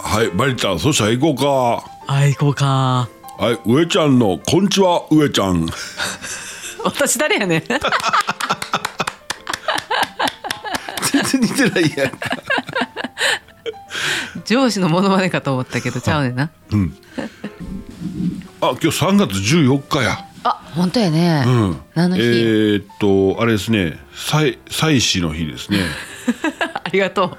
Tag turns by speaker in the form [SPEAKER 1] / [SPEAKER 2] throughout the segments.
[SPEAKER 1] はいバリタンそしたら行こ
[SPEAKER 2] あ行こうか
[SPEAKER 1] うかはい上ちゃんの「こんにちは上ちゃん」
[SPEAKER 2] 私誰やねん
[SPEAKER 3] 全然似てないやん
[SPEAKER 2] 上司のモノマネかと思ったけどちゃうねんな
[SPEAKER 1] あ今日3月14日や
[SPEAKER 2] あ本当やね、
[SPEAKER 1] うん
[SPEAKER 2] 何の日、
[SPEAKER 1] えー、っとあれですね祭祭祀の日ですね
[SPEAKER 2] ありがと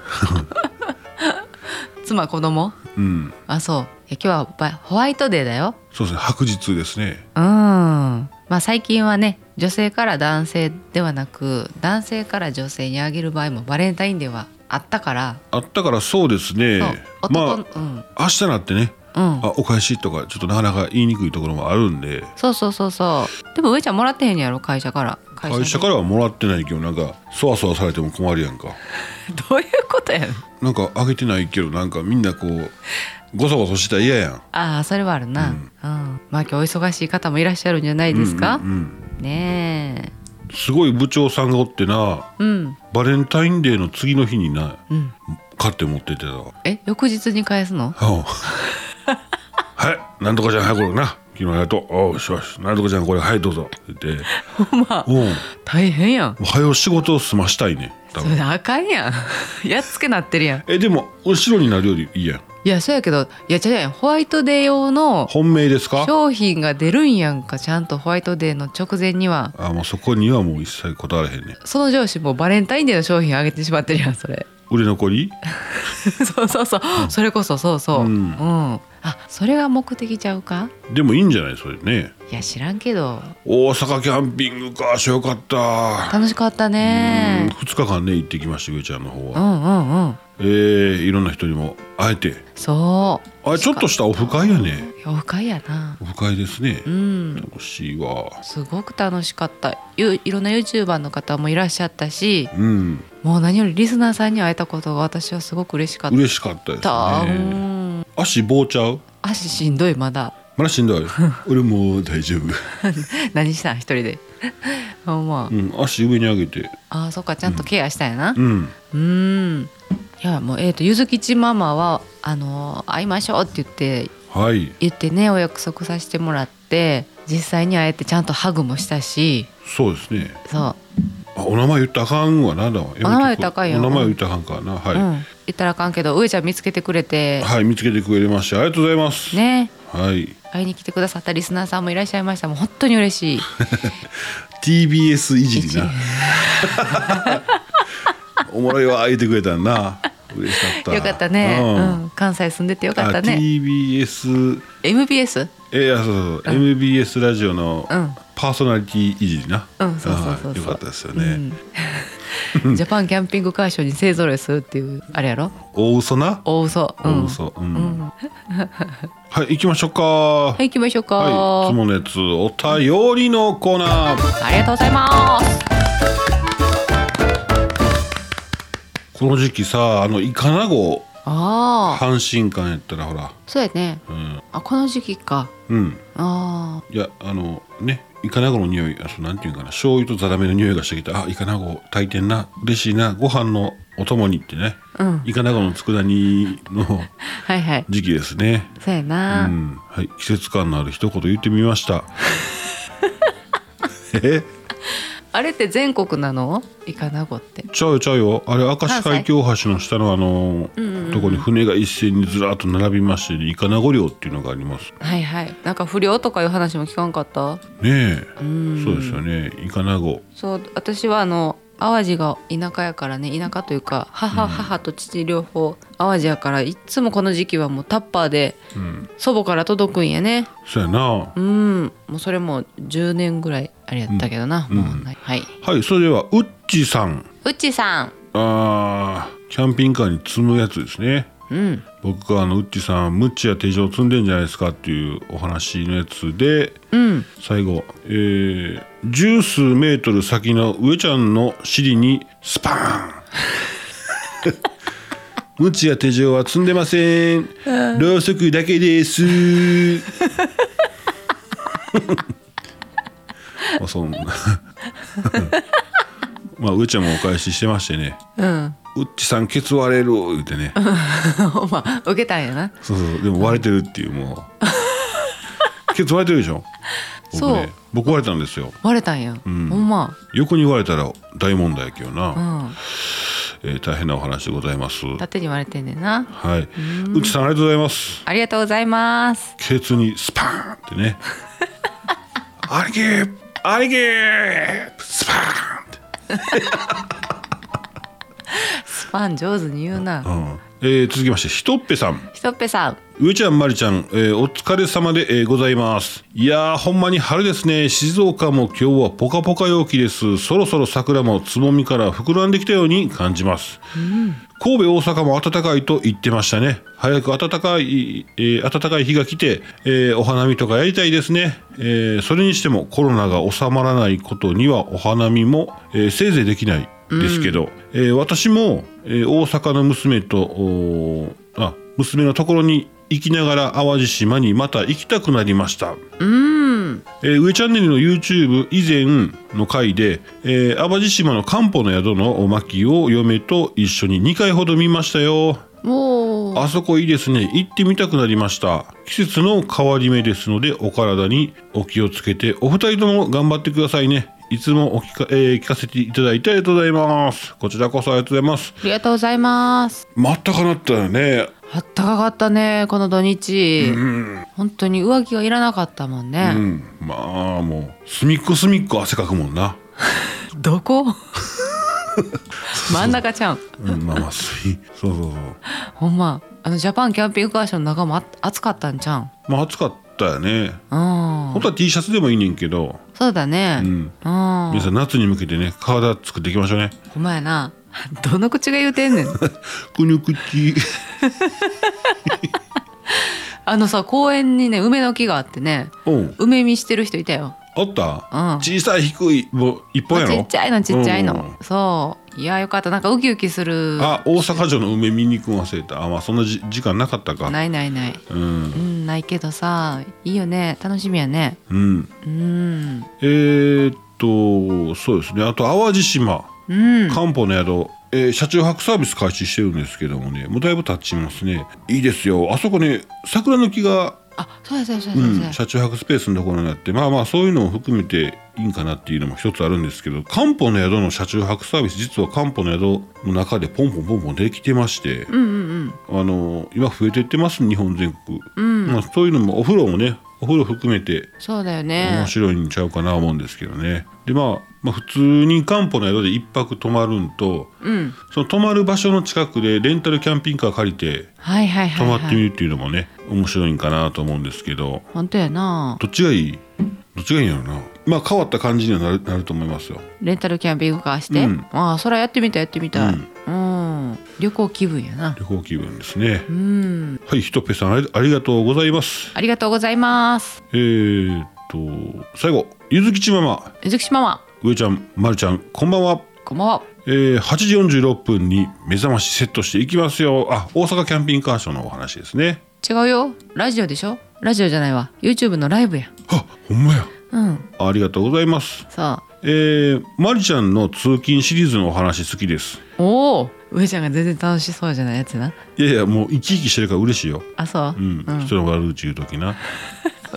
[SPEAKER 2] う妻子供
[SPEAKER 1] うん
[SPEAKER 2] あそういや今日はばホワイトデーだよ
[SPEAKER 1] そうですね白日ですね
[SPEAKER 2] うんまあ最近はね女性から男性ではなく男性から女性にあげる場合もバレンタインデーはあったから、
[SPEAKER 1] あったからそうですね
[SPEAKER 2] そう男
[SPEAKER 1] ま
[SPEAKER 2] の、うん
[SPEAKER 1] あ明日なってね、
[SPEAKER 2] うん
[SPEAKER 1] あお返しとかちょっとなかなか言いにくいところもあるんで
[SPEAKER 2] そうそうそうそうでも上ちゃんもらってへんやろ会社から会
[SPEAKER 1] 会社からはもらってないけどなんかそわそわされても困るやんから
[SPEAKER 2] どういうことやねん
[SPEAKER 1] なんかあげてないけどなんかみんなこうごそごそしたら嫌やん
[SPEAKER 2] ああそれはあるな、うんまあ今日お忙しい方もいらっしゃるんじゃないですか、
[SPEAKER 1] うんうん
[SPEAKER 2] ね
[SPEAKER 1] すごい部長さんがおってな
[SPEAKER 2] えうん
[SPEAKER 1] バレンタインデーの次の日にな
[SPEAKER 2] うん
[SPEAKER 1] 買って持ってってたわ
[SPEAKER 2] え翌日に返すの
[SPEAKER 1] うん はい、なんとかちゃん、はい、これな、昨日ありがとう、おうよしよし、なんとかちゃん、これ、はい、どうぞ。って言って、
[SPEAKER 2] ほんま
[SPEAKER 1] うん、も
[SPEAKER 2] 大変やん
[SPEAKER 1] う早う仕事を済ましたいね。多
[SPEAKER 2] それ
[SPEAKER 1] 分
[SPEAKER 2] あかんやん やっつけなってるやん
[SPEAKER 1] え、でも、後ろになるよりいいやん。
[SPEAKER 2] いやそうやけどいやちゃうやんホワイトデー用の
[SPEAKER 1] 本命ですか。
[SPEAKER 2] 商品が出るんやんかちゃんとホワイトデーの直前には
[SPEAKER 1] あ、もう、そこにはもう一切断られへんね。
[SPEAKER 2] その上司もバレンタインデーの商品あげてしまってるやんそれ
[SPEAKER 1] 売れ残り。
[SPEAKER 2] そうそうそう、それこそそうそう
[SPEAKER 1] う
[SPEAKER 2] うんん、あそれが目的ちゃうか
[SPEAKER 1] でも、いいんじゃない、それね。
[SPEAKER 2] いや知らんけど
[SPEAKER 1] 大阪キャンピングカーしよかった。
[SPEAKER 2] 楽しかった
[SPEAKER 1] うん、
[SPEAKER 2] ね
[SPEAKER 1] 二日間ね、行ってきました、ゆうちゃんの方
[SPEAKER 2] う
[SPEAKER 1] は。
[SPEAKER 2] んうんうん
[SPEAKER 1] えー、いろんな人にも会えて。
[SPEAKER 2] そう
[SPEAKER 1] あれ、ちょっとしたオフ会やね。
[SPEAKER 2] いや深いやな
[SPEAKER 1] オフ会ですね
[SPEAKER 2] う。ん
[SPEAKER 1] 楽しいわ。
[SPEAKER 2] すごく楽しかったゆいろんな YouTuber の方もいらっしゃったし
[SPEAKER 1] うん。
[SPEAKER 2] もう何よりリスナーさんに会えたことが私はすごく嬉しかった
[SPEAKER 1] 嬉しかったです
[SPEAKER 2] う
[SPEAKER 1] ね
[SPEAKER 2] ん
[SPEAKER 1] 足棒ちゃう
[SPEAKER 2] 足しんどいまだ
[SPEAKER 1] まだしんどい俺もう大丈夫、
[SPEAKER 2] 何したん一人で ほんま
[SPEAKER 1] うん、足上に上げて
[SPEAKER 2] ああそっかちゃんとケアしたんやなう
[SPEAKER 1] うん
[SPEAKER 2] ーんいやもうえっ、とゆずきちママはあのー会いましょうって言って
[SPEAKER 1] はい
[SPEAKER 2] 言ってねお約束させてもらって実際に会えてちゃんとハグもしたし
[SPEAKER 1] そうですね
[SPEAKER 2] そ
[SPEAKER 1] あお名前言ったらあかんわなだお
[SPEAKER 2] 名前言ったらあかんよ
[SPEAKER 1] お名前言ったらあかんからな
[SPEAKER 2] う、
[SPEAKER 1] はい、
[SPEAKER 2] うん、言ったらあかんけど上ちゃん見つけてくれて、
[SPEAKER 1] はい見つけてくれましてありがとうございます、
[SPEAKER 2] ね
[SPEAKER 1] はい
[SPEAKER 2] 会いに来てくださったリスナーさんもいらっしゃいましたもう本当に嬉しい
[SPEAKER 1] TBS いじりな おもろいわ言ってくれたんな嬉しかった
[SPEAKER 2] よかったね、
[SPEAKER 1] う
[SPEAKER 2] うんん関西住んでてよかった
[SPEAKER 1] あ
[SPEAKER 2] ね
[SPEAKER 1] TBS
[SPEAKER 2] MBS
[SPEAKER 1] えー、あそうそう、MBS ラジオの
[SPEAKER 2] うん
[SPEAKER 1] パーソナリティいじりな、
[SPEAKER 2] うんそうそうそうそう
[SPEAKER 1] あーよかったですよね、
[SPEAKER 2] うんジャパンキャンピングカーショーに勢ぞろいするっていうあれやろ
[SPEAKER 1] 大嘘な
[SPEAKER 2] 大嘘う
[SPEAKER 1] 大
[SPEAKER 2] ん
[SPEAKER 1] 嘘うん、 はい行きましょうかは
[SPEAKER 2] はい、行きましょうか、
[SPEAKER 1] いつものやつお便りのコーナー
[SPEAKER 2] ありがとうございます。
[SPEAKER 1] この時期さあのイカナゴ
[SPEAKER 2] ああ、
[SPEAKER 1] 阪神館やったらほら
[SPEAKER 2] そうやね。
[SPEAKER 1] うん、
[SPEAKER 2] あ、この時期か。
[SPEAKER 1] うん、
[SPEAKER 2] ああ、
[SPEAKER 1] いやあのねイカナゴの匂いあそうなんていうんかな醤油とザラメの匂いがしてきたあイカナゴ炊いてんな嬉しいなご飯のお供にってね、
[SPEAKER 2] うん
[SPEAKER 1] イカナゴの佃煮の
[SPEAKER 2] はいはい。
[SPEAKER 1] 時期ですね
[SPEAKER 2] そうや
[SPEAKER 1] う
[SPEAKER 2] な。
[SPEAKER 1] ん、はい、季節感のある一言言ってみました え
[SPEAKER 2] あれって全国なの？イカナゴって。
[SPEAKER 1] ちゃうよちゃうよあれ明石海峡大橋の下のあのとこに船が一斉にずらっと並びましてイカナゴ漁っていうのがあります
[SPEAKER 2] はいはい。なんか不良とかいう話も聞かんかった。
[SPEAKER 1] ねえ
[SPEAKER 2] うん。
[SPEAKER 1] そうですよねイカナゴ
[SPEAKER 2] そう、私はあの淡路が田舎やからね、田舎というか母、母と父両方淡路やから、いっつもこの時期はもうタッパーで
[SPEAKER 1] うん
[SPEAKER 2] 祖母から届くんやね。
[SPEAKER 1] そうやな
[SPEAKER 2] うん。もうそれも10年ぐらいあれやったけどな。
[SPEAKER 1] うん
[SPEAKER 2] もう
[SPEAKER 1] うん
[SPEAKER 2] ないはい。
[SPEAKER 1] はいそれではウッチさん
[SPEAKER 2] うっちさん。
[SPEAKER 1] あーキャンピングカーに積むやつですね
[SPEAKER 2] うん。
[SPEAKER 1] 僕があのウッチさんムチや手錠積んでんじゃないですかっていうお話のやつで
[SPEAKER 2] うん。
[SPEAKER 1] 最後、えー、十数メートル先の上ちゃんの尻にスパ ーン無知や手錠は積んでませんろうそくだけです まあそんなまあ上ちゃんもお返ししてましてね
[SPEAKER 2] うん。
[SPEAKER 1] 「うっちさんケツ割れる」言って ね
[SPEAKER 2] ほんま受けたんやな
[SPEAKER 1] そうそうでも割れてるっていうも うケツ割れてるでしょ僕
[SPEAKER 2] そう
[SPEAKER 1] ね僕割れたんですよ
[SPEAKER 2] 割れたんや、
[SPEAKER 1] ん
[SPEAKER 2] ほんま
[SPEAKER 1] 横に割れたら大問題やけど
[SPEAKER 2] う
[SPEAKER 1] な、
[SPEAKER 2] ん
[SPEAKER 1] えー大変なお話でございます
[SPEAKER 2] 縦に割れてんねんな
[SPEAKER 1] はいうっちさんありがとうございます
[SPEAKER 2] ありがとうございます
[SPEAKER 1] ケツにスパーンって ね「兄貴兄貴スパーン!」って
[SPEAKER 2] スパン上手に言うな、
[SPEAKER 1] うんえー続きましてひとっぺさん
[SPEAKER 2] ひとっぺさん
[SPEAKER 1] 上ちゃんまりちゃん、えーお疲れ様で、えーございますいやーほんまに春ですね静岡も今日はポカポカ陽気ですそろそろ桜もつぼみから膨らんできたように感じます、神戸大阪も暖かいと言ってましたね早く暖かい、えー暖かい日が来て、えーお花見とかやりたいですね、えーそれにしてもコロナが収まらないことにはお花見も、えーせいぜいできないですけど、えー私も、えー大阪の娘とおーあ娘のところに行きながら淡路島にまた行きたくなりました
[SPEAKER 2] うん
[SPEAKER 1] えー上チャンネルの YouTube 以前の回で、えー淡路島の漢方の宿の巻を嫁と一緒に2回ほど見ましたよ
[SPEAKER 2] もう
[SPEAKER 1] あそこいいですね行ってみたくなりました季節の変わり目ですのでお体にお気をつけてお二人とも頑張ってくださいねいつもお聞か,、えー聞かせていただいてありがとうございますこちらこそありがとうございます
[SPEAKER 2] ありがとうございます
[SPEAKER 1] まったかなったよね
[SPEAKER 2] あったかかったねこの土日、本当に上着がいらなかったもん
[SPEAKER 1] う
[SPEAKER 2] ね、
[SPEAKER 1] んまあもう隅っこ隅っこ汗かくもんな
[SPEAKER 2] どこ 真ん中ちゃん
[SPEAKER 1] うん、まあまあ、すい、そうそうそう。
[SPEAKER 2] ほんまあのジャパンキャンピングカーショーの中もあ暑かったんちゃうん
[SPEAKER 1] まあ、暑かったよね。
[SPEAKER 2] うん
[SPEAKER 1] 本当は T シャツでもいいねんけど、
[SPEAKER 2] そうだね
[SPEAKER 1] う
[SPEAKER 2] うんん
[SPEAKER 1] 皆さん夏に向けてね、体作っていきましょうね。
[SPEAKER 2] ほんまやな どの口が言うてんね ん
[SPEAKER 1] くにゅくち。
[SPEAKER 2] あのさ公園にね梅の木があってね
[SPEAKER 1] うん、
[SPEAKER 2] 梅見してる人いたよ
[SPEAKER 1] あった。
[SPEAKER 2] うん
[SPEAKER 1] 小さい低い、もう一本やろ。
[SPEAKER 2] ちっちゃいのちっちゃいの、
[SPEAKER 1] うん
[SPEAKER 2] そういやよかったなんかウキウキする
[SPEAKER 1] あ、大阪城の梅見に行くん忘れた。あ、まあ、そんなじ時間なかったか。
[SPEAKER 2] ないないない
[SPEAKER 1] うん
[SPEAKER 2] う、んないけどさいいよね楽しみやね
[SPEAKER 1] うん、
[SPEAKER 2] うん
[SPEAKER 1] えー、っと、そうですね。あと淡路島、
[SPEAKER 2] うん
[SPEAKER 1] 漢方の宿。えー車中泊サービス開始してるんですけどもねもうだいぶ経ちますねいいですよあそこね桜の木が
[SPEAKER 2] あそうやそうやそうやそう
[SPEAKER 1] う
[SPEAKER 2] や
[SPEAKER 1] ん、車中泊スペースのところになってまあまあそういうのを含めていいんかなっていうのも一つあるんですけど漢方の宿の車中泊サービス実は漢方の宿の中でポンポンポンポンできてまして、
[SPEAKER 2] うんうん
[SPEAKER 1] あの今増えていってます日本全国、
[SPEAKER 2] うんうん
[SPEAKER 1] まあ、そういうのもお風呂もねお風呂含めて
[SPEAKER 2] そうだよ
[SPEAKER 1] 面
[SPEAKER 2] ね
[SPEAKER 1] 白いんちゃうかな思うんですけどねでまあまあ、普通に漢方の宿で1泊泊まるんと
[SPEAKER 2] うん
[SPEAKER 1] その泊まる場所の近くでレンタルキャンピングカー借りて
[SPEAKER 2] はいはいは
[SPEAKER 1] 泊
[SPEAKER 2] い、
[SPEAKER 1] ま
[SPEAKER 2] はい、
[SPEAKER 1] ってみるっていうのもね面白いんかなと思うんですけど
[SPEAKER 2] 本当やな
[SPEAKER 1] どっちがいいどっちがいいんやろなまあ変わった感じにはなるなると思いますよ
[SPEAKER 2] レンタルキャンピングカーして、
[SPEAKER 1] うん
[SPEAKER 2] ああそれはやってみたいやってみたい、うん旅行気分やな
[SPEAKER 1] 旅行気分ですね
[SPEAKER 2] うん
[SPEAKER 1] はいひとぺさんありありがとうございます
[SPEAKER 2] ありがとうございます
[SPEAKER 1] えー、っと最後ゆずきちママ
[SPEAKER 2] ゆずきしママ
[SPEAKER 1] 上ちゃんまるちゃんこんばんは
[SPEAKER 2] こんばんは
[SPEAKER 1] えー、8時46分に目覚ましセットしていきますよあ大阪キャンピングカーショーのお話ですね
[SPEAKER 2] 違うよラジオでしょラジオじゃないわ YouTube のライブや
[SPEAKER 1] あほんまや
[SPEAKER 2] うん
[SPEAKER 1] ありがとうございます
[SPEAKER 2] さあ
[SPEAKER 1] えー、まりちゃんの通勤シリーズのお話好きです
[SPEAKER 2] おお上ちゃんが全然楽しそうじゃないやつない
[SPEAKER 1] やいやもう生き生きしてるから嬉しいよ
[SPEAKER 2] あそう
[SPEAKER 1] う、
[SPEAKER 2] うんうる
[SPEAKER 1] 人の悪口言う時な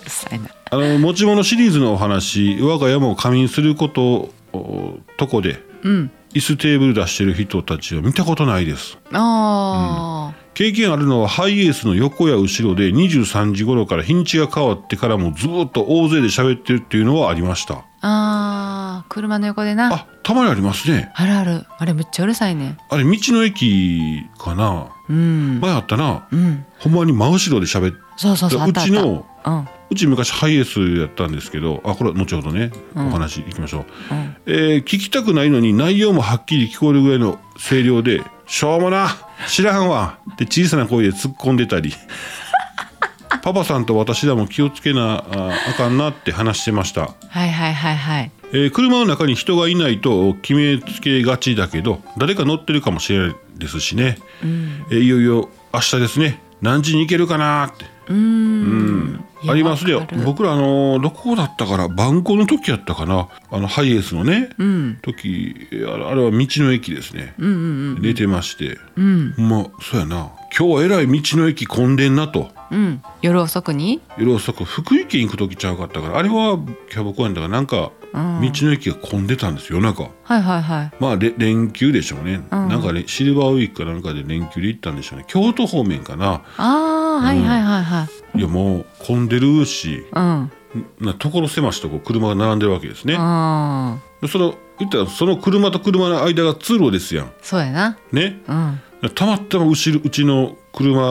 [SPEAKER 2] さいな
[SPEAKER 1] あの持ち物シリーズのお話我が家も仮眠することをとこで
[SPEAKER 2] うん
[SPEAKER 1] 椅子テーブル出してる人たちを見たことないです
[SPEAKER 2] ああ、
[SPEAKER 1] 経験あるのはハイエースの横や後ろで23時頃から日にちが変わってからもずっと大勢で喋ってるっていうのはありました
[SPEAKER 2] あー車の横でなあ
[SPEAKER 1] あたまにありますね
[SPEAKER 2] るあるあれめっちゃうるさいね
[SPEAKER 1] あれ道の駅かな
[SPEAKER 2] うん、
[SPEAKER 1] 前あったな
[SPEAKER 2] うん
[SPEAKER 1] ほんまに真後ろで喋って
[SPEAKER 2] そうそうそうあ
[SPEAKER 1] う
[SPEAKER 2] ったあっ
[SPEAKER 1] ち
[SPEAKER 2] た
[SPEAKER 1] の
[SPEAKER 2] うん
[SPEAKER 1] うち昔ハイエースやったんですけどあこれは後ほどねお
[SPEAKER 2] うん
[SPEAKER 1] 話いきましょう、
[SPEAKER 2] うん
[SPEAKER 1] えー聞きたくないのに内容もはっきり聞こえるぐらいの声量で「しょうもな知らんわ」って小さな声で突っ込んでたり 「パパさんと私らも気をつけなああかんな」って話してました、
[SPEAKER 2] はいはいはいはい
[SPEAKER 1] えー車の中に人がいないと決めつけがちだけど誰か乗ってるかもしれないですしね、えーいよいよ明日ですね何時に行けるかなって
[SPEAKER 2] うーん
[SPEAKER 1] うん
[SPEAKER 2] いや
[SPEAKER 1] ありますよ
[SPEAKER 2] わかる
[SPEAKER 1] 僕らあのどこだったから晩婚の時やったかなあのハイエースのね、
[SPEAKER 2] うん
[SPEAKER 1] 時えあれあれは道の駅ですね、
[SPEAKER 2] うんうん
[SPEAKER 1] 出てまして、
[SPEAKER 2] うんうん
[SPEAKER 1] ほんまそうやな今日はえらい道の駅混んでんなと
[SPEAKER 2] うん夜遅くに
[SPEAKER 1] 夜遅く福井県行く時ちゃうかったからあれはキャバ公園だからなんか道
[SPEAKER 2] ん
[SPEAKER 1] の駅が混んでたんですよなんか
[SPEAKER 2] はいはいはい
[SPEAKER 1] まあれ連休でしょうね、
[SPEAKER 2] うん
[SPEAKER 1] なんかねシルバーウィークかなんかで連休で行ったんでしょうね京都方面かな
[SPEAKER 2] あーはいはいはいはい
[SPEAKER 1] いやもう混んでるし
[SPEAKER 2] うん
[SPEAKER 1] な所狭しとこう車が並んでるわけですね、
[SPEAKER 2] あ
[SPEAKER 1] でその言ったらその車と車の間が通路ですやん
[SPEAKER 2] ーそうやな
[SPEAKER 1] ね
[SPEAKER 2] うん
[SPEAKER 1] たまたま後ろうちの車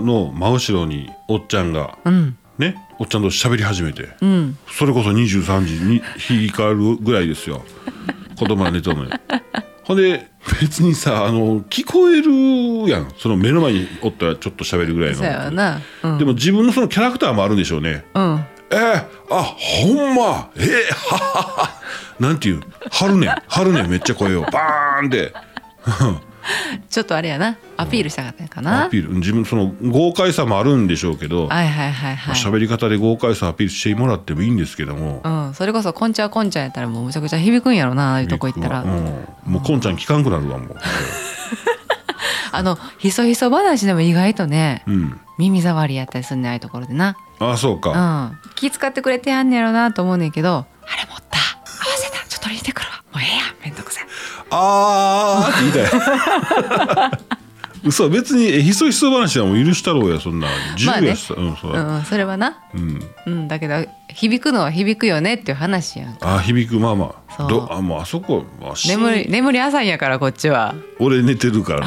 [SPEAKER 1] の真後ろにおっちゃんが
[SPEAKER 2] うん
[SPEAKER 1] ねおっちゃんと喋り始めて
[SPEAKER 2] うん
[SPEAKER 1] それこそ23時に日が変わるぐらいですよ子供は寝とんのよほんで別にさあの聞こえるやんその目の前におったらちょっと喋るぐらいの
[SPEAKER 2] そうやわなうん
[SPEAKER 1] でも自分のそのキャラクターもあるんでしょうね
[SPEAKER 2] うん
[SPEAKER 1] えー、あほんまえー、はははなんていう張るねん張るねんめっちゃ声をバーンって
[SPEAKER 2] ちょっとあれやなアピールしたかったんかな
[SPEAKER 1] アピール自分その豪快さもあるんでしょうけど
[SPEAKER 2] はいはいはい
[SPEAKER 1] まあ
[SPEAKER 2] はい
[SPEAKER 1] 喋り方で豪快さアピールしてもらってもいいんですけども
[SPEAKER 2] うんそれこそこんちゃんこんちゃんやったらもうむちゃくちゃ響くんやろなああいうとこ行ったら
[SPEAKER 1] うん、もうこんちゃん聞かんくなるわもう、
[SPEAKER 2] あのひそひそ話でも意外とね
[SPEAKER 1] うん、
[SPEAKER 2] 耳障りやったりすんねんああいうところでな
[SPEAKER 1] ああそうか、
[SPEAKER 2] うん気使ってくれてやんねやろなと思うねんけどあれ持った合わせたちょっと取りに行ってくるわもうええやんめんどくさい
[SPEAKER 1] ああって言いたい 嘘別にえひそひそ話はもう許したろうやそんな十
[SPEAKER 2] まあ
[SPEAKER 1] 分
[SPEAKER 2] ね
[SPEAKER 1] やした、うんそう
[SPEAKER 2] う
[SPEAKER 1] だ
[SPEAKER 2] んうんそれはな
[SPEAKER 1] うん、
[SPEAKER 2] うんだけど響くのは響くよねっていう話やん
[SPEAKER 1] ああ響くまあま
[SPEAKER 2] そ
[SPEAKER 1] あ
[SPEAKER 2] う
[SPEAKER 1] どあもうあそこ、まあ、し
[SPEAKER 2] 眠り眠り浅いんやからこっちは
[SPEAKER 1] 俺寝てるからな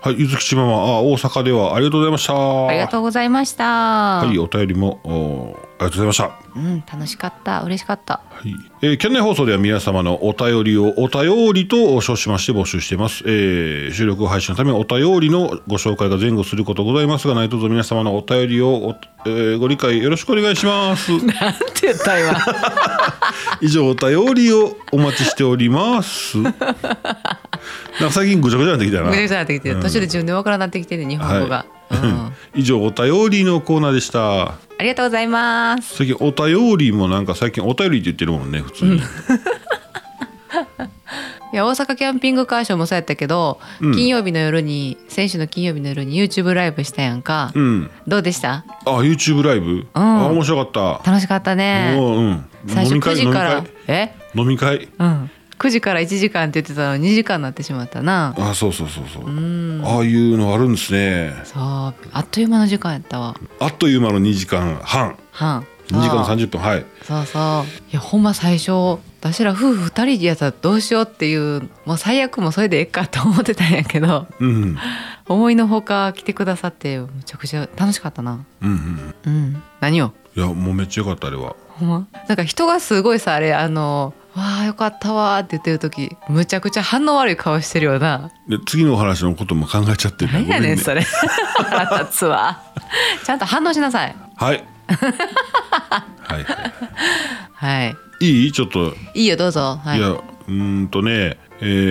[SPEAKER 1] はいゆずきちママあ大阪ではありがとうございました
[SPEAKER 2] ありがとうございました、
[SPEAKER 1] はいお便りもおありがとうございました
[SPEAKER 2] うん楽しかった嬉しかった
[SPEAKER 1] はいえー、県内放送では皆様のお便りをお便りと称しまして募集しています、えー、収録配信のためお便りのご紹介が前後することございますが何卒皆様のお便りをお、えーご理解よろしくお願いします
[SPEAKER 2] なんて言った今
[SPEAKER 1] 以上お便りをお待ちしております なんか最近ぐちゃぐちゃになってきたな
[SPEAKER 2] 無理さなってきて途中で自分で分からなってきてる日本語が、うん、あ
[SPEAKER 1] 以上お便りのコーナーでした
[SPEAKER 2] りがとうございます
[SPEAKER 1] 最近お便りもなんか最近お便りって言ってるもんね普通に、
[SPEAKER 2] いや大阪キャンピングカーショーもそうやったけど、
[SPEAKER 1] うん
[SPEAKER 2] 金曜日の夜に先週の金曜日の夜に YouTube ライブしたやんか、
[SPEAKER 1] うん、
[SPEAKER 2] どうでした
[SPEAKER 1] あ YouTube ライブ、あ面白かった
[SPEAKER 2] 楽しかったね
[SPEAKER 1] もううん
[SPEAKER 2] 最初
[SPEAKER 1] 飲み
[SPEAKER 2] 9
[SPEAKER 1] 会
[SPEAKER 2] 時から
[SPEAKER 1] 飲み
[SPEAKER 2] え
[SPEAKER 1] 会飲み会
[SPEAKER 2] うん9時から1時間って言ってたの2時間になってしまったな
[SPEAKER 1] あそうそうそうそうああいうのあるんですね
[SPEAKER 2] そうあっという間の時間やったわ
[SPEAKER 1] あっという間の2時間半
[SPEAKER 2] はん
[SPEAKER 1] 2時間
[SPEAKER 2] そう
[SPEAKER 1] 30分はい
[SPEAKER 2] そうそういやほんま最初私ら夫婦2人やったらどうしようっていうもう最悪もそれでええかと思ってたんやけど
[SPEAKER 1] うん
[SPEAKER 2] 思いのほか来てくださってむちゃくちゃ楽しかったな
[SPEAKER 1] うんうん
[SPEAKER 2] うん何を
[SPEAKER 1] いやもうめっちゃよかったあれは
[SPEAKER 2] ほんまなんか人がすごいさあれあの「わあよかったわ」って言ってる時むちゃくちゃ反応悪い顔してるよな
[SPEAKER 1] で次のお話のことも考えちゃってる
[SPEAKER 2] 何やねん
[SPEAKER 1] ごめ
[SPEAKER 2] それ腹立つわ ちゃんと反応しなさい
[SPEAKER 1] はいはいは
[SPEAKER 2] はい
[SPEAKER 1] いいいちょっと、
[SPEAKER 2] いいよどうぞはいい
[SPEAKER 1] やうーんとね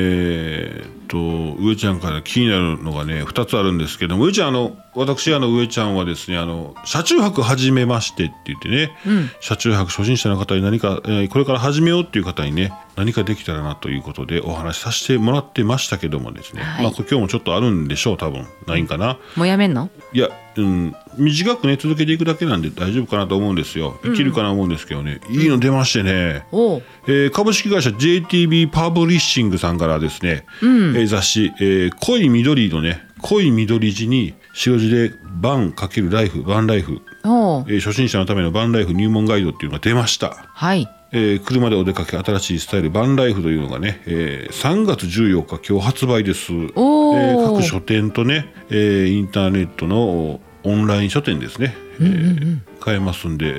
[SPEAKER 1] えーっと上ちゃんから気になるのがね2つあるんですけども上ちゃんあの私あの上ちゃんはですねあの車中泊始めましてって言ってね、車中泊初心者の方に何か、えーこれから始めようっていう方にね何かできたらなということでお話しさせてもらってましたけどもですね、
[SPEAKER 2] はい
[SPEAKER 1] まあこれ今日もちょっとあるんでしょう多分ないんかな、
[SPEAKER 2] もうやめんの
[SPEAKER 1] いや、うん、短くね続けていくだけなんで大丈夫かなと思うんですよいけるかなと思うんですけどね、いいの出ましてね、
[SPEAKER 2] おう
[SPEAKER 1] えー株式会社 JTB パブリッシングさんからですね、えー雑誌、えー濃い緑のね濃い緑地に白字で「バン×ライフ」「バンライフ」
[SPEAKER 2] おう
[SPEAKER 1] えー初心者のためのバンライフ入門ガイドっていうのが出ました、
[SPEAKER 2] はい
[SPEAKER 1] えー車でお出かけ新しいスタイルバンライフというのがね、えー3月14日今日発売です、え
[SPEAKER 2] おー
[SPEAKER 1] ー各書店とね、えーインターネットのオンライン書店ですね、えー買えますんで、え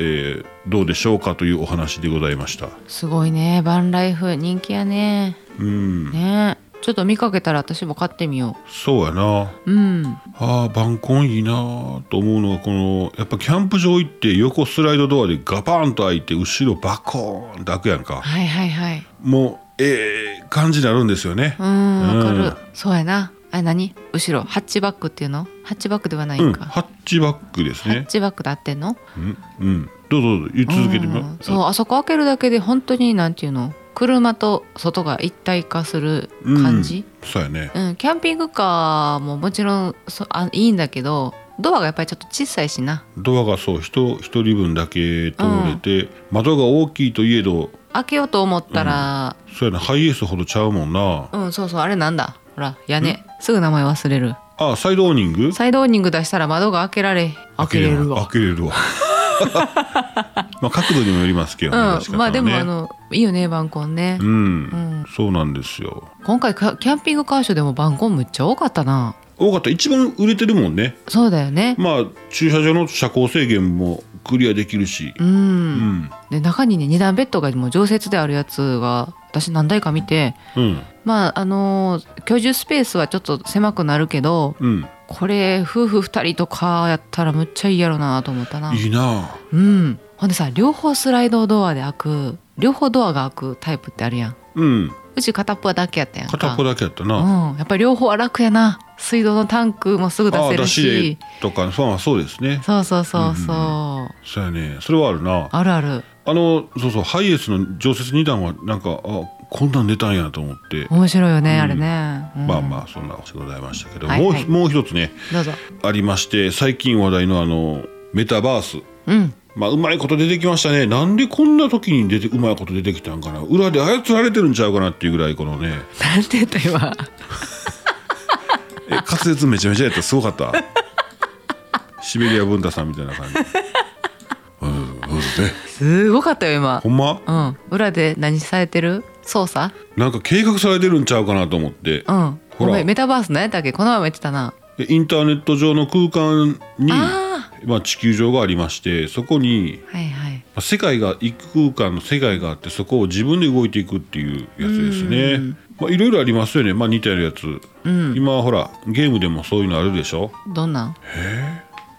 [SPEAKER 1] ーどうでしょうかというお話でございました
[SPEAKER 2] すごいねバンライフ人気やね
[SPEAKER 1] うん
[SPEAKER 2] ねちょっと見かけたら私も買ってみよ
[SPEAKER 1] そうやな
[SPEAKER 2] ううん
[SPEAKER 1] ああ晩婚いいなあと思うのはこのやっぱキャンプ場行って横スライドドアでガパーンと開いて後ろバコーンと開くやんか
[SPEAKER 2] はいはいはい
[SPEAKER 1] もうええ感じになるんですよね
[SPEAKER 2] うんわか
[SPEAKER 1] う
[SPEAKER 2] る
[SPEAKER 1] ん
[SPEAKER 2] そうやなあれ何後ろハッチバックっていうのハッチバックではない
[SPEAKER 1] うんん、
[SPEAKER 2] か、
[SPEAKER 1] ハッチバックです
[SPEAKER 2] ハッ
[SPEAKER 1] ね。
[SPEAKER 2] チバックで合ってんの
[SPEAKER 1] うん、うん、どうぞどうぞ言い続けてみ
[SPEAKER 2] う
[SPEAKER 1] ま
[SPEAKER 2] んそうあそこ開けるだけで本当になんていうの車と外が一体化する
[SPEAKER 1] うん
[SPEAKER 2] 感じ、
[SPEAKER 1] そうやね。
[SPEAKER 2] うんキャンピングカーももちろんそあいいんだけどドアがやっぱりちょっと小さいしな
[SPEAKER 1] ドアがそう人一人分だけ通れて、窓が大きいといえど
[SPEAKER 2] 開けようと思ったら、
[SPEAKER 1] そうやなハイエースほどちゃうもんな
[SPEAKER 2] うん、そうそうあれなんだほら屋根すぐ名前忘れる
[SPEAKER 1] あサイドオーニング
[SPEAKER 2] サイドオーニング出したら窓が開けられ開けれるわ
[SPEAKER 1] 開けれるわ まあ角度にもよりますけどね、出し
[SPEAKER 2] う
[SPEAKER 1] 方
[SPEAKER 2] ん、
[SPEAKER 1] はね
[SPEAKER 2] まあでもあのいいよね晩婚ね、
[SPEAKER 1] うん、
[SPEAKER 2] ん
[SPEAKER 1] そうなんですよ
[SPEAKER 2] 今回かキャンピングカーショーでも晩婚むっちゃ多かったな
[SPEAKER 1] 多かった一番売れてるもんね
[SPEAKER 2] そうだよね
[SPEAKER 1] まあ駐車場の車高制限もクリアできるし
[SPEAKER 2] うん、
[SPEAKER 1] うん
[SPEAKER 2] で中にね二段ベッドがもう常設であるやつが私何台か見て
[SPEAKER 1] うん
[SPEAKER 2] まああのー居住スペースはちょっと狭くなるけど
[SPEAKER 1] うん、
[SPEAKER 2] これ夫婦二人とかやったらむっちゃいいやろなと思ったない
[SPEAKER 1] いなあ
[SPEAKER 2] うんほんでさ両方スライドドアで開く両方ドアが開くタイプってあるやん
[SPEAKER 1] うん
[SPEAKER 2] うち片っぽだけやったやんか
[SPEAKER 1] 片っぽだけやったな、
[SPEAKER 2] うん、やっぱり両方は楽やな水道のタンクもすぐ出
[SPEAKER 1] あ
[SPEAKER 2] せ
[SPEAKER 1] 出
[SPEAKER 2] る
[SPEAKER 1] し
[SPEAKER 2] し
[SPEAKER 1] でとかそうそうですね
[SPEAKER 2] そうそうそうそう、
[SPEAKER 1] そうやねそれはあるな
[SPEAKER 2] あるある
[SPEAKER 1] あのそうそうハイエースの常設二段はなんかあこんなん出たんやと思って、
[SPEAKER 2] 面白いよ
[SPEAKER 1] う
[SPEAKER 2] ね、
[SPEAKER 1] ん
[SPEAKER 2] あれね、うん
[SPEAKER 1] まあまあそんなお話でございましたけど、
[SPEAKER 2] はいはい
[SPEAKER 1] もうひもう一つね
[SPEAKER 2] どうぞ
[SPEAKER 1] ありまして最近話題のあのメタバース
[SPEAKER 2] うん
[SPEAKER 1] まあうまいこと出てきましたねなんでこんな時に出てうまいこと出てきたんかな裏で操られてるんちゃうかなっていうぐらいこのね
[SPEAKER 2] なんて言った今
[SPEAKER 1] え 滑舌めちゃめちゃやったすごかったシベリア文太さんみたいな感じうんうんね
[SPEAKER 2] すごかったよ今
[SPEAKER 1] ほんま
[SPEAKER 2] うん裏で何されてる操作
[SPEAKER 1] なんか計画されてるんちゃうかなと思って
[SPEAKER 2] うん
[SPEAKER 1] ほ
[SPEAKER 2] ご
[SPEAKER 1] ら
[SPEAKER 2] めんメタバース何やったっけこの前も言ってたな、
[SPEAKER 1] でインターネット上の空間に
[SPEAKER 2] あ
[SPEAKER 1] まあ、地球上がありましてそこに
[SPEAKER 2] あはいはい
[SPEAKER 1] まあ世界が異空間の世界があってそこを自分で動いていくっていうやつですね。まあ、いろいろありますよね、まあ、似たようなやつ、
[SPEAKER 2] うん
[SPEAKER 1] 今ほらゲームでもそういうのあるでしょ
[SPEAKER 2] どんなん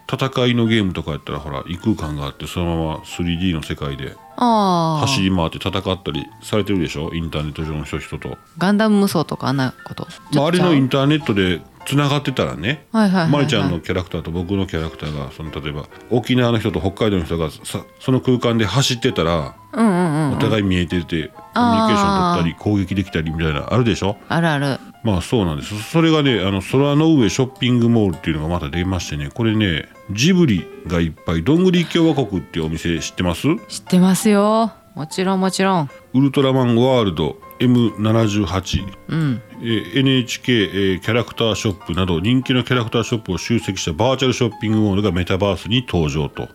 [SPEAKER 1] 戦いのゲームとかやったらほら異空間があってそのまま 3D の世界で
[SPEAKER 2] ああ
[SPEAKER 1] 走り回って戦ったりされてるでしょインターネット上の人人と、
[SPEAKER 2] ガンダム無双とかあんなこと
[SPEAKER 1] まあ、あれのイン
[SPEAKER 2] ン
[SPEAKER 1] ターネットでつながってたらね
[SPEAKER 2] はいはいはい、はい、
[SPEAKER 1] まりちゃんのキャラクターと僕のキャラクターがその例えば沖縄の人と北海道の人がさその空間で走ってたら
[SPEAKER 2] うんうんうん
[SPEAKER 1] お互い見えてて、コミュニケーション取ったり攻撃できたりみたいなあるでしょ
[SPEAKER 2] あるある
[SPEAKER 1] まあそうなんですそれがねあの空の上ショッピングモールっていうのがまた出ましてねこれねジブリがいっぱいどんぐり共和国っていうお店知ってますウ
[SPEAKER 2] 知ってますよもちろんもちろん
[SPEAKER 1] ルトラマンワールド M78
[SPEAKER 2] うん
[SPEAKER 1] えー NHK えーキャラクターショップなど人気のキャラクターショップを集積したバーチャルショッピングモールがメタバースに登場と、まあ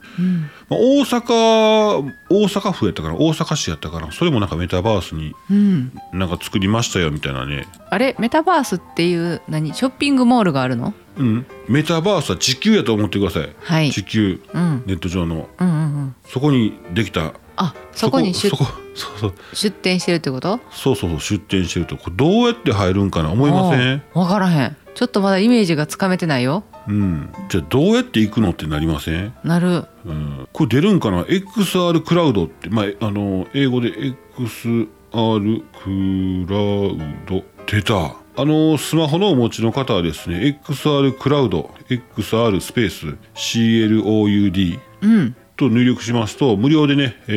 [SPEAKER 1] 大阪大阪府やったかな大阪市やったかなそれもなんかメタバースに
[SPEAKER 2] うん
[SPEAKER 1] なんか作りましたよみたいなね、
[SPEAKER 2] あれメタバースっていう何ショッピングモールがあるの
[SPEAKER 1] うん、メタバースは地球やと思ってください、
[SPEAKER 2] はい
[SPEAKER 1] 地球、
[SPEAKER 2] うん
[SPEAKER 1] ネット上の
[SPEAKER 2] うんうんうん
[SPEAKER 1] そこにできた
[SPEAKER 2] あそこに出
[SPEAKER 1] そこそうそう
[SPEAKER 2] 出店してるってこと
[SPEAKER 1] そうそうそう出店してるとこれどうやって入るんかな思いません
[SPEAKER 2] おう分からへんちょっとまだイメージがつかめてないよ
[SPEAKER 1] うんじゃあどうやって行くのってなりません
[SPEAKER 2] なる
[SPEAKER 1] うんこれ出るんかな XR クラウドって、まあえ、あの英語で XR クラウド出たあのスマホのお持ちの方はですね XR クラウド XR スペース CLOUD
[SPEAKER 2] うん
[SPEAKER 1] と入力しますと無料でね、え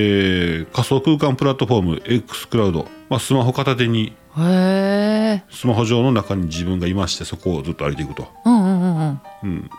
[SPEAKER 1] ー仮想空間プラットフォーム X クラウド、まあ、スマホ片手に
[SPEAKER 2] へえ
[SPEAKER 1] スマホ上の中に自分がいましてそこをずっと歩いていくと、
[SPEAKER 2] うんうんうんうん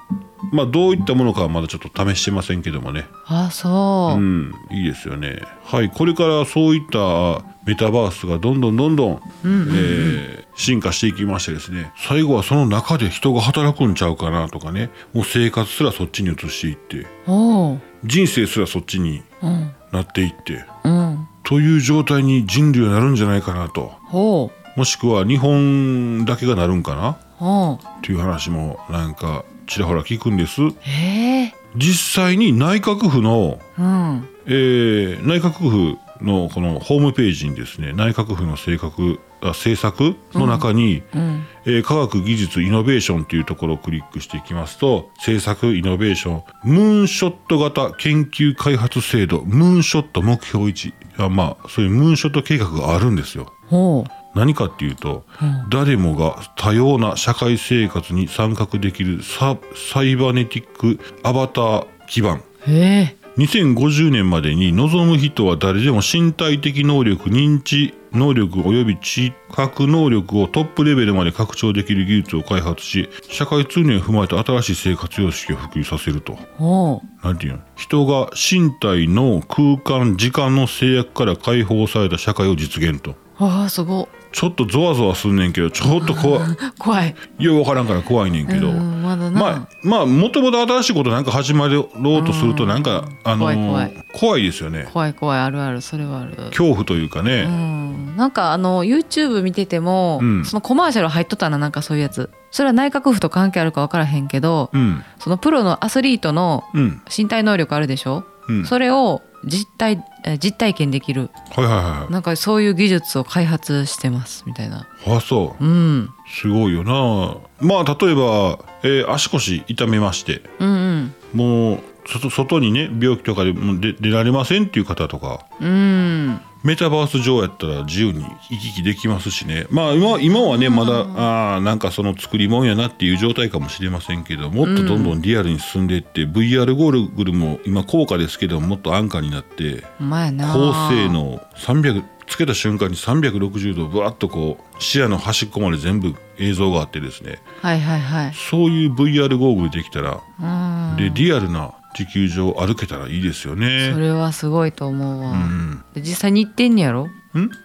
[SPEAKER 1] まあ、どういったものかはまだちょっと試してませんけどもね
[SPEAKER 2] あそうう、
[SPEAKER 1] ん、いいですよね。はい、これからそういったメタバースがどんどんどんどん、えー進化していきましてですね、最後はその中で人が働くんちゃうかなとかね、もう生活すらそっちに移していって、
[SPEAKER 2] おう
[SPEAKER 1] 人生すらそっちに
[SPEAKER 2] うん
[SPEAKER 1] なっていって、
[SPEAKER 2] うん
[SPEAKER 1] という状態に人類はなるんじゃないかなと。
[SPEAKER 2] ほ
[SPEAKER 1] もしくは日本だけがなるんかな
[SPEAKER 2] うほう
[SPEAKER 1] っていう話もなんかちらほら聞くんです。
[SPEAKER 2] へえ
[SPEAKER 1] 実際に内閣府の
[SPEAKER 2] うん
[SPEAKER 1] えー内閣府のこのホームページにですね内閣府の政策あ政策の中に、
[SPEAKER 2] うん
[SPEAKER 1] えー科学技術イノベーションというところをクリックしていきますと政策イノベーションムーンショット型研究開発制度ムーンショット目標1あまあそういうムーンショット計画があるんですよ
[SPEAKER 2] ほう
[SPEAKER 1] 何かっていうと、誰もが多様な社会生活に参画できるササイバネティックアバター基盤
[SPEAKER 2] ええ
[SPEAKER 1] 2050年までに望む人は誰でも身体的能力認知能力及び知覚能力をトップレベルまで拡張できる技術を開発し社会通念を踏まえた新しい生活様式を普及させると。
[SPEAKER 2] おう
[SPEAKER 1] なんていうの人が身体の空間時間の制約から解放された社会を実現と
[SPEAKER 2] ああすご
[SPEAKER 1] ちょっとゾワゾワすんねんけどちょっと怖 い
[SPEAKER 2] 怖い
[SPEAKER 1] よう分からんから怖いねんけど、
[SPEAKER 2] うんまだな、
[SPEAKER 1] まあまあもともと新しいことなんか始まろうとするとなんか、あのー
[SPEAKER 2] 怖い怖い
[SPEAKER 1] 怖いですよね
[SPEAKER 2] 怖い怖いあるあるそれはある
[SPEAKER 1] 恐怖というか
[SPEAKER 2] う
[SPEAKER 1] ね、
[SPEAKER 2] ん、なんかあの YouTube 見てても、
[SPEAKER 1] うん
[SPEAKER 2] そのコマーシャル入っとったななんかそういうやつそれは内閣府と関係あるか分からへんけど、
[SPEAKER 1] うん
[SPEAKER 2] そのプロのアスリートの
[SPEAKER 1] うん
[SPEAKER 2] 身体能力あるでしょ、
[SPEAKER 1] うん
[SPEAKER 2] それを実体え実体験できる
[SPEAKER 1] はいはいは
[SPEAKER 2] なんかそういう技術を開発してますみたいない
[SPEAKER 1] あそう
[SPEAKER 2] うん
[SPEAKER 1] すごいよなまあ例えば、えー足腰痛めまして
[SPEAKER 2] うんうん
[SPEAKER 1] もう外外にね病気とかでもう出出られませんっていう方とか
[SPEAKER 2] うん
[SPEAKER 1] メタバース上やったら自由に行き来できますしねまあ今今はねまだあーなんかその作り物やなっていう状態かもしれませんけどもっとどんどんリアルに進んでいって、VR ゴーグルも今高価ですけどもっと安価になって
[SPEAKER 2] ほんまやな
[SPEAKER 1] 高性能300つけた瞬間に360度ぶわっとこう視野の端っこまで全部映像があってですね
[SPEAKER 2] はいはいはい
[SPEAKER 1] そういう VR ゴーグルできたら
[SPEAKER 2] うん
[SPEAKER 1] でリアルな地球上を歩けたらいいですよね
[SPEAKER 2] そ。れはすごいと思うわ、
[SPEAKER 1] うん
[SPEAKER 2] で実際に行ってんねやろ
[SPEAKER 1] ん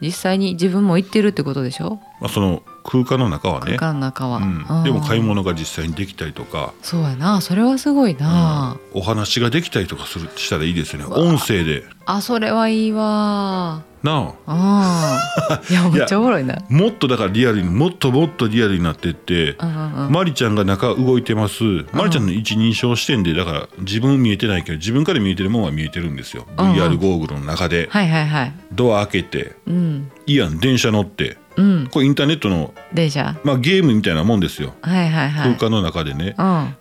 [SPEAKER 2] 実際に自分も行ってるってことでしょ
[SPEAKER 1] まあ、その空間の中はね
[SPEAKER 2] 空間の中は、
[SPEAKER 1] うん、でも買い
[SPEAKER 2] 物
[SPEAKER 1] 物が実際にできたりとか、
[SPEAKER 2] そうやなそれはすごいな、
[SPEAKER 1] お話ができたりとかするしたらいいですよね
[SPEAKER 2] わあ
[SPEAKER 1] 音声で
[SPEAKER 2] あそれはいいわ
[SPEAKER 1] なあ
[SPEAKER 2] あいやめっちゃおもろいな
[SPEAKER 1] もっとだからリアルにもっともっとリアルになってって、
[SPEAKER 2] うんうんうん
[SPEAKER 1] マリちゃんが中動いてます、マリちゃんの一人称視点でだから自分見えてないけど自分から見えてるもんは見えてるんですよ、
[SPEAKER 2] うんうん
[SPEAKER 1] VR ゴーグルの中で、
[SPEAKER 2] はいはいはい
[SPEAKER 1] ドア開けて
[SPEAKER 2] うん
[SPEAKER 1] いいやん電車乗って
[SPEAKER 2] うん
[SPEAKER 1] これインターネットの、
[SPEAKER 2] 電車
[SPEAKER 1] まあ、ゲームみたいなもんですよ、
[SPEAKER 2] はいはいはい
[SPEAKER 1] 空間の中でね、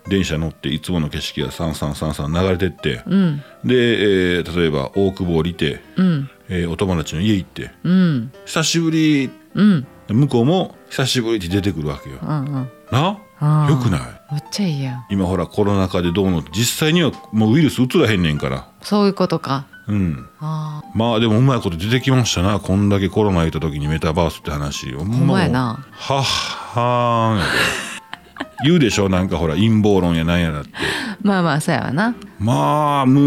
[SPEAKER 1] 電車乗っていつもの景色がさんさんさんさん流れてって
[SPEAKER 2] うんうん
[SPEAKER 1] で、えー例えば大久保降りて、
[SPEAKER 2] うん
[SPEAKER 1] えーお友達の家行って
[SPEAKER 2] うん
[SPEAKER 1] 「久しぶり!
[SPEAKER 2] うん」
[SPEAKER 1] 向こうも「久しぶり!」って出てくるわけよ。
[SPEAKER 2] うんうん
[SPEAKER 1] な
[SPEAKER 2] あー
[SPEAKER 1] よくない
[SPEAKER 2] めっちゃいいやん
[SPEAKER 1] 今ほらコロナ禍でどうのって実際にはもうウイルスうつらへんねんから。
[SPEAKER 2] そういうことか
[SPEAKER 1] うん、
[SPEAKER 2] あー
[SPEAKER 1] まあでもうまいこと出てきましたなこんだけコロナいた時にメタバースって話ほん
[SPEAKER 2] ほんまや
[SPEAKER 1] もう
[SPEAKER 2] な
[SPEAKER 1] はっはーんやで言うでしょなんかほら陰謀論やなんやらって
[SPEAKER 2] まあまあそうやわな
[SPEAKER 1] まあムー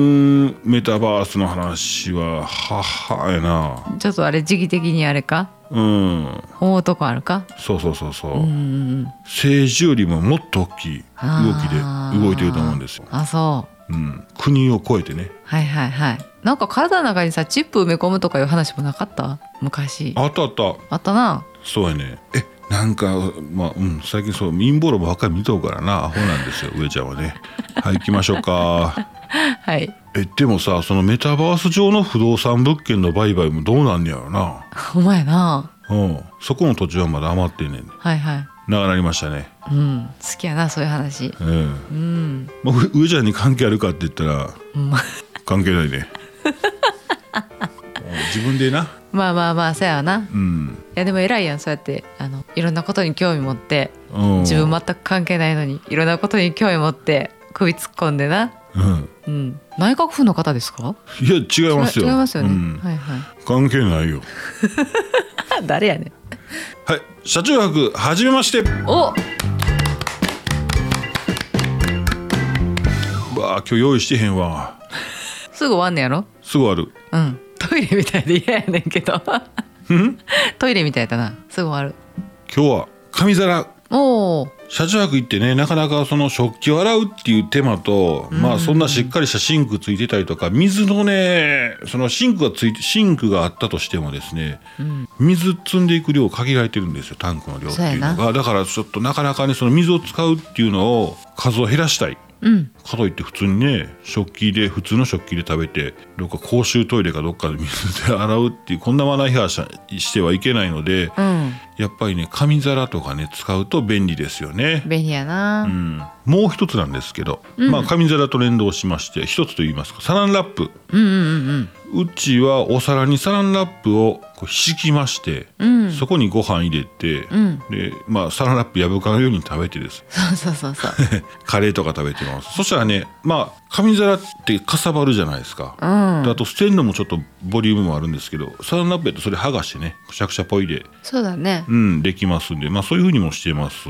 [SPEAKER 1] ンメタバースの話ははっはやな
[SPEAKER 2] ちょっとあれ時期的にあれか
[SPEAKER 1] うん
[SPEAKER 2] 思うとこあるか
[SPEAKER 1] そうそうそうそう、
[SPEAKER 2] うんうんうん
[SPEAKER 1] 政治よりももっと大きい動きで
[SPEAKER 2] あー
[SPEAKER 1] 動いてると思うんですよ、
[SPEAKER 2] あそう
[SPEAKER 1] うん、国を超えてね
[SPEAKER 2] はいはいはいなんか体の中にさチップ埋め込むとかいう話もなかった昔あ
[SPEAKER 1] あったあった
[SPEAKER 2] ったな
[SPEAKER 1] そうやねえなんかまあうん最近そう陰謀論ばっかり見とうからなアホなんですよ上ちゃんは ねはい行きましょうか
[SPEAKER 2] はい
[SPEAKER 1] えでもさそのメタバース上の不動産物件の売買もどうなんねやろな
[SPEAKER 2] お前な
[SPEAKER 1] うんそこの土地はまだ余ってんねん
[SPEAKER 2] はいはい
[SPEAKER 1] 長なりましたね
[SPEAKER 2] うん好きやなそういう話
[SPEAKER 1] うん
[SPEAKER 2] うん
[SPEAKER 1] まあ、う上ちゃんに関係あるかって言ったら
[SPEAKER 2] ま
[SPEAKER 1] 関係ないねもう自分でな
[SPEAKER 2] まあまあまあそうやわない
[SPEAKER 1] うん、
[SPEAKER 2] やでも偉いやんそうやってあのいろんなことに興味持って
[SPEAKER 1] うん、
[SPEAKER 2] 自分全く関係ないのにいろんなことに興味持って首突っ込んでな
[SPEAKER 1] うん、
[SPEAKER 2] うん内閣府の方ですか
[SPEAKER 1] いや違いますよ
[SPEAKER 2] 違いますよね、
[SPEAKER 1] うん
[SPEAKER 2] はいはい
[SPEAKER 1] 関係ないよ
[SPEAKER 2] 誰やねん
[SPEAKER 1] はい車中泊はじめまして
[SPEAKER 2] お
[SPEAKER 1] わあ今日用意してへんわ
[SPEAKER 2] すぐ終わんねやろ
[SPEAKER 1] すぐある
[SPEAKER 2] うんトイレみたいで嫌やねんけど
[SPEAKER 1] ん
[SPEAKER 2] トイレみたいだなすぐ終わる
[SPEAKER 1] 今日は紙皿
[SPEAKER 2] おお
[SPEAKER 1] 車中泊行ってねなかなかその食器を洗うっていう手間と、まあそんなしっかりしたシンクついてたりとか水のねそのシンクがついてシンクがあったとしてもですね、水積んでいく量限られてるんですよタンクの量っていうの
[SPEAKER 2] そう
[SPEAKER 1] がだからちょっとなかなかねその水を使うっていうのを数を減らしたい。
[SPEAKER 2] うん
[SPEAKER 1] かといって普通にね食器で普通の食器で食べてどっか公衆トイレかどっかで水で洗うっていうこんなマナー違反ししてはいけないので、
[SPEAKER 2] うん
[SPEAKER 1] やっぱりね紙皿とかね使うと便利ですよね。
[SPEAKER 2] 便利やな、
[SPEAKER 1] うんもう一つなんですけど、まあ紙皿と連動しまして一つと言いますかサランラップ
[SPEAKER 2] うんうん
[SPEAKER 1] うちはお皿にサランラップをこう敷きまして、
[SPEAKER 2] うんうん
[SPEAKER 1] そこにご飯入れて、
[SPEAKER 2] うん
[SPEAKER 1] でまあサランラップ破かんように食べてです
[SPEAKER 2] そうそうそ うそう
[SPEAKER 1] カレーとか食べてますそしたらねまあ紙皿ってかさばるじゃないですか、
[SPEAKER 2] うん
[SPEAKER 1] であと捨てるのもちょっとボリュームもあるんですけどサランラップやとそれ剥がしてねくしゃくしゃぽいで
[SPEAKER 2] そうだね
[SPEAKER 1] うんできますんでまあそういうふうにもしてます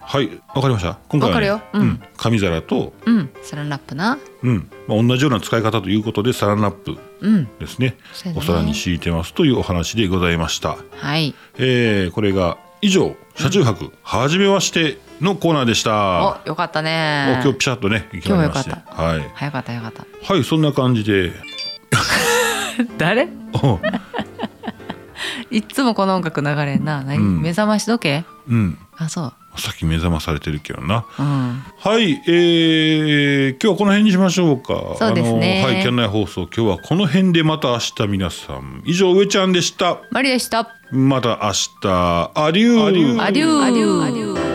[SPEAKER 1] はいわかりました今回は、ね、
[SPEAKER 2] わかるようん
[SPEAKER 1] 紙皿と、
[SPEAKER 2] うんサランラップな
[SPEAKER 1] うんまあ、同じような使い方ということでサランラップ
[SPEAKER 2] うん
[SPEAKER 1] ですね
[SPEAKER 2] そうやね
[SPEAKER 1] お皿に敷いてますというお話でございました、
[SPEAKER 2] はい
[SPEAKER 1] えーこれが以上車中泊、はじめましてのコーナーでした
[SPEAKER 2] およかった
[SPEAKER 1] もう
[SPEAKER 2] ね
[SPEAKER 1] 今日ピシャッとね決まりまして
[SPEAKER 2] 今日
[SPEAKER 1] はい
[SPEAKER 2] 早かったよか った
[SPEAKER 1] はいそんな感じで
[SPEAKER 2] 誰
[SPEAKER 1] お
[SPEAKER 2] いっつもこの音楽流れんな何、
[SPEAKER 1] うん
[SPEAKER 2] 目覚まし時計
[SPEAKER 1] うん
[SPEAKER 2] あそう
[SPEAKER 1] さっき目覚まされてるけどな
[SPEAKER 2] うん
[SPEAKER 1] はいえー、今日はこの辺にしましょうか
[SPEAKER 2] そうですね
[SPEAKER 1] あのはいキャンナイ放送今日はこの辺でまた明日皆さん以上上ちゃんでした
[SPEAKER 2] マリでした
[SPEAKER 1] また明日アデュー
[SPEAKER 2] アデューアデュー